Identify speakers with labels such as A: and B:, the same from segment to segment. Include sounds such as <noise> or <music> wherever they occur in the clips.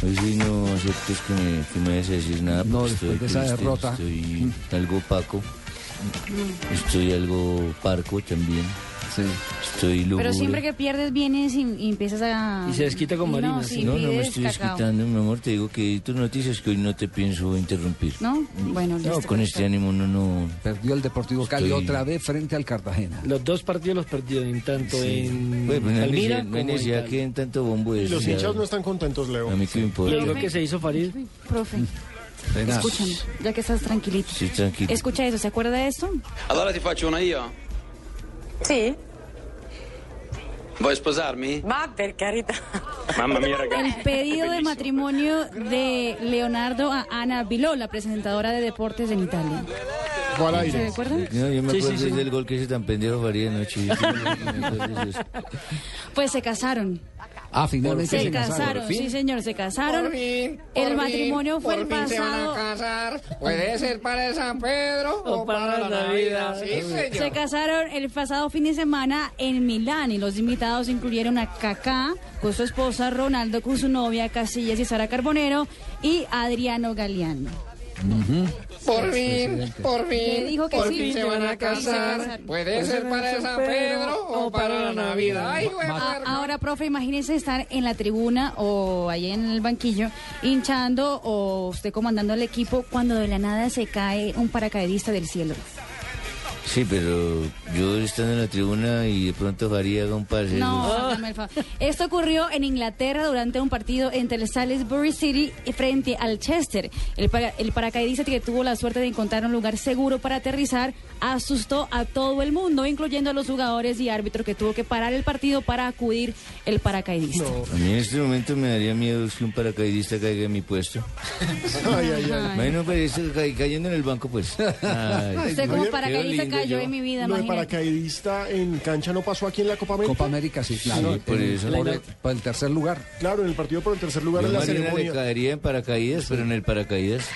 A: Pues sí, no, acepto es que me, que me des a decir nada.
B: No,
A: porque
B: después
A: estoy
B: de esa
A: triste,
B: derrota.
A: Estoy algo opaco. Estoy algo parco también.
B: Sí.
A: Estoy lúgubre.
C: Pero siempre que pierdes vienes y, y empiezas a...
B: Y se desquita con Marina,
C: No,
B: sí.
C: sí,
A: No, no me
C: pides
A: estoy
C: cacao.
A: desquitando, mi amor. Te digo que tus noticias que hoy no te pienso interrumpir.
C: ¿No? Bueno, listo.
A: No, con este ánimo no, no.
B: Perdió el Deportivo Cali
A: Estoy-
B: otra vez frente al Cartagena.
D: Los dos partidos los perdieron, en tanto en
A: Bueno, pues no hay necesidad, no hay
D: Palmira Mm, como en
A: necesidad
D: Cali.
A: que en tanto bombo de
E: Los
A: eso, ya,
E: hinchas no están contentos, Leo.
A: A mí que me
D: Lo
A: importa.
D: único que se hizo Farid,
C: Profe,
B: Tenaz.
C: escúchame, ya que estás tranquilito.
A: Sí, tranquilo.
C: Escucha eso, ¿se acuerda de esto?
F: Allora ti faccio una io?
G: Sì,
F: Vuoi sposarmi?
G: ma per carità.
F: Mamma mia ragazzi.
C: El pedido de matrimonio de Leonardo a Ana Biló, la presentadora de deportes en Italia.
E: Fue al
C: ¿Se
E: aire.
C: acuerdan?
A: No, yo me
D: Sí,
A: acuerdo
D: sí, sí.
A: del gol que hice tan pendejo varía anoche. Yo me acuerdo de eso.
C: Pues se casaron.
B: Ah, finalmente
C: Se,
B: se
C: casaron,
B: casaron.
C: sí señor, se casaron. el matrimonio fue el pasado.
H: Puede ser para San Pedro
D: o para la Navidad.
C: Se casaron el pasado fin de semana en Milán y los invitados incluyeron a Kaká con su esposa, Ronaldo con su novia, Casillas y Sara Carbonero y Adriano Galeano.
H: Por fin, por
C: Le dijo que sí,
H: se
C: que
H: van a
C: se casaron.
H: casar. Puede ser para San Pedro o para la Navidad. Ay, güey,
C: A-
H: madre.
C: ahora, profe, imagínese estar en la tribuna o allá en el banquillo hinchando o usted comandando el equipo cuando de la nada se cae un paracaidista del cielo.
A: Sí, pero yo estando en la tribuna y de pronto varía haga un pase.
C: No, hágame el favor. Esto ocurrió en Inglaterra durante un partido entre el Salisbury City y frente al Chester. El, para- el paracaidista que tuvo la suerte de encontrar un lugar seguro para aterrizar asustó a todo el mundo, incluyendo a los jugadores y árbitros que tuvo que parar el partido para acudir el paracaidista.
A: A mí en este momento me daría miedo que un paracaidista caiga en mi puesto.
E: <laughs> Ay, ay, ay.
C: Ay.
A: Bueno, pero eso ca- cayendo en el banco,
E: <laughs>
A: pues. Ay,
C: Usted como
A: qué
C: paracaidista
A: lindo
C: cayó
A: yo.
C: en mi vida,
E: Lo de
C: imagínate.
E: paracaidista en cancha no pasó aquí en la Copa América.
B: Copa América, sí, claro.
A: Sí, por
B: En-
A: eso.
B: por el, por el tercer lugar.
E: Claro, en el partido por el tercer lugar
A: Yo
E: en la
A: Marina le
E: ceremonia.
A: caería en paracaídas, pero en el paracaídas.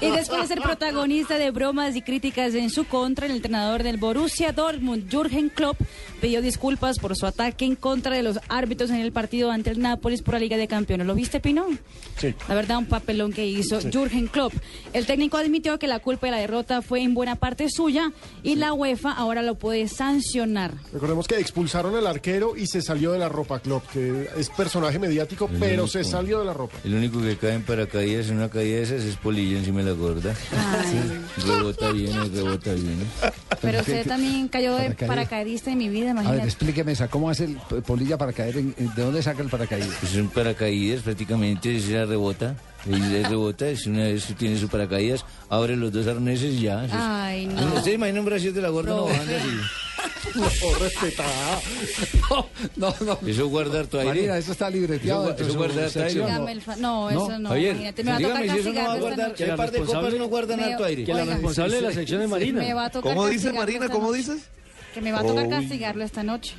C: Y después de ser protagonista de bromas y críticas en su contra, el entrenador del Borussia Dortmund, Jürgen Klopp, pidió disculpas por su ataque en contra de los árbitros en el partido ante el Nápoles por la Liga de Campeones. ¿Lo viste, Pino?
E: Sí.
C: La verdad, un papelón que hizo Jürgen Klopp. El técnico admitió que la culpa de la derrota fue en buena parte suya y la UEFA ahora lo puede sancionar.
E: Recordemos que expulsaron al arquero y se salió de la ropa, Klopp, que es personaje mediático, pero se salió de la ropa.
A: El único que cae en paracaídas en una caída de esas es Polillo encima de la gorda. Rebota bien, rebota bien. Ah,
C: Pero usted también cayó de
B: Paracaidista.
C: paracaidista en mi vida,
B: A ver,
C: imagínate.
B: explíqueme esa. ¿Cómo hace el p- Polilla para caer? en- en- ¿De dónde saca el paracaídas?
A: Pues un paracaídas prácticamente es la rebota. El de rebota es una vez que tiene su paracaídas, abre los dos arneses y ya. Ah, Eso es-
C: Ay, no.
A: ¿Usted imagina un Brasil de la gorda no bajando así?
E: Oh, respetada.
B: No, no.
A: Eso guarda harto aire.
B: Marina, eso está libreteado.
A: Eso-
B: dentro de
A: eso
B: su
A: guarda hasta ahí,
B: sección.
A: ¿no?
C: Dígame el fa- No, eso no.
A: Javier,
C: imagínate, me va a tocar
A: dígame si eso no va a
C: castigarlo esta
A: guardar,
C: noche.
A: que hay
D: la
A: par de copas
D: responsable-
A: no guardan
C: Me-
A: harto aire.
D: que la
C: Oiga.
D: responsable de la sección es Marina.
C: Me va a tocar
I: ¿Cómo dices,
C: castigarlo
I: Marina?
C: esta
I: ¿Cómo
C: noche.
I: dices?
C: Que me va a tocar castigarlo esta noche.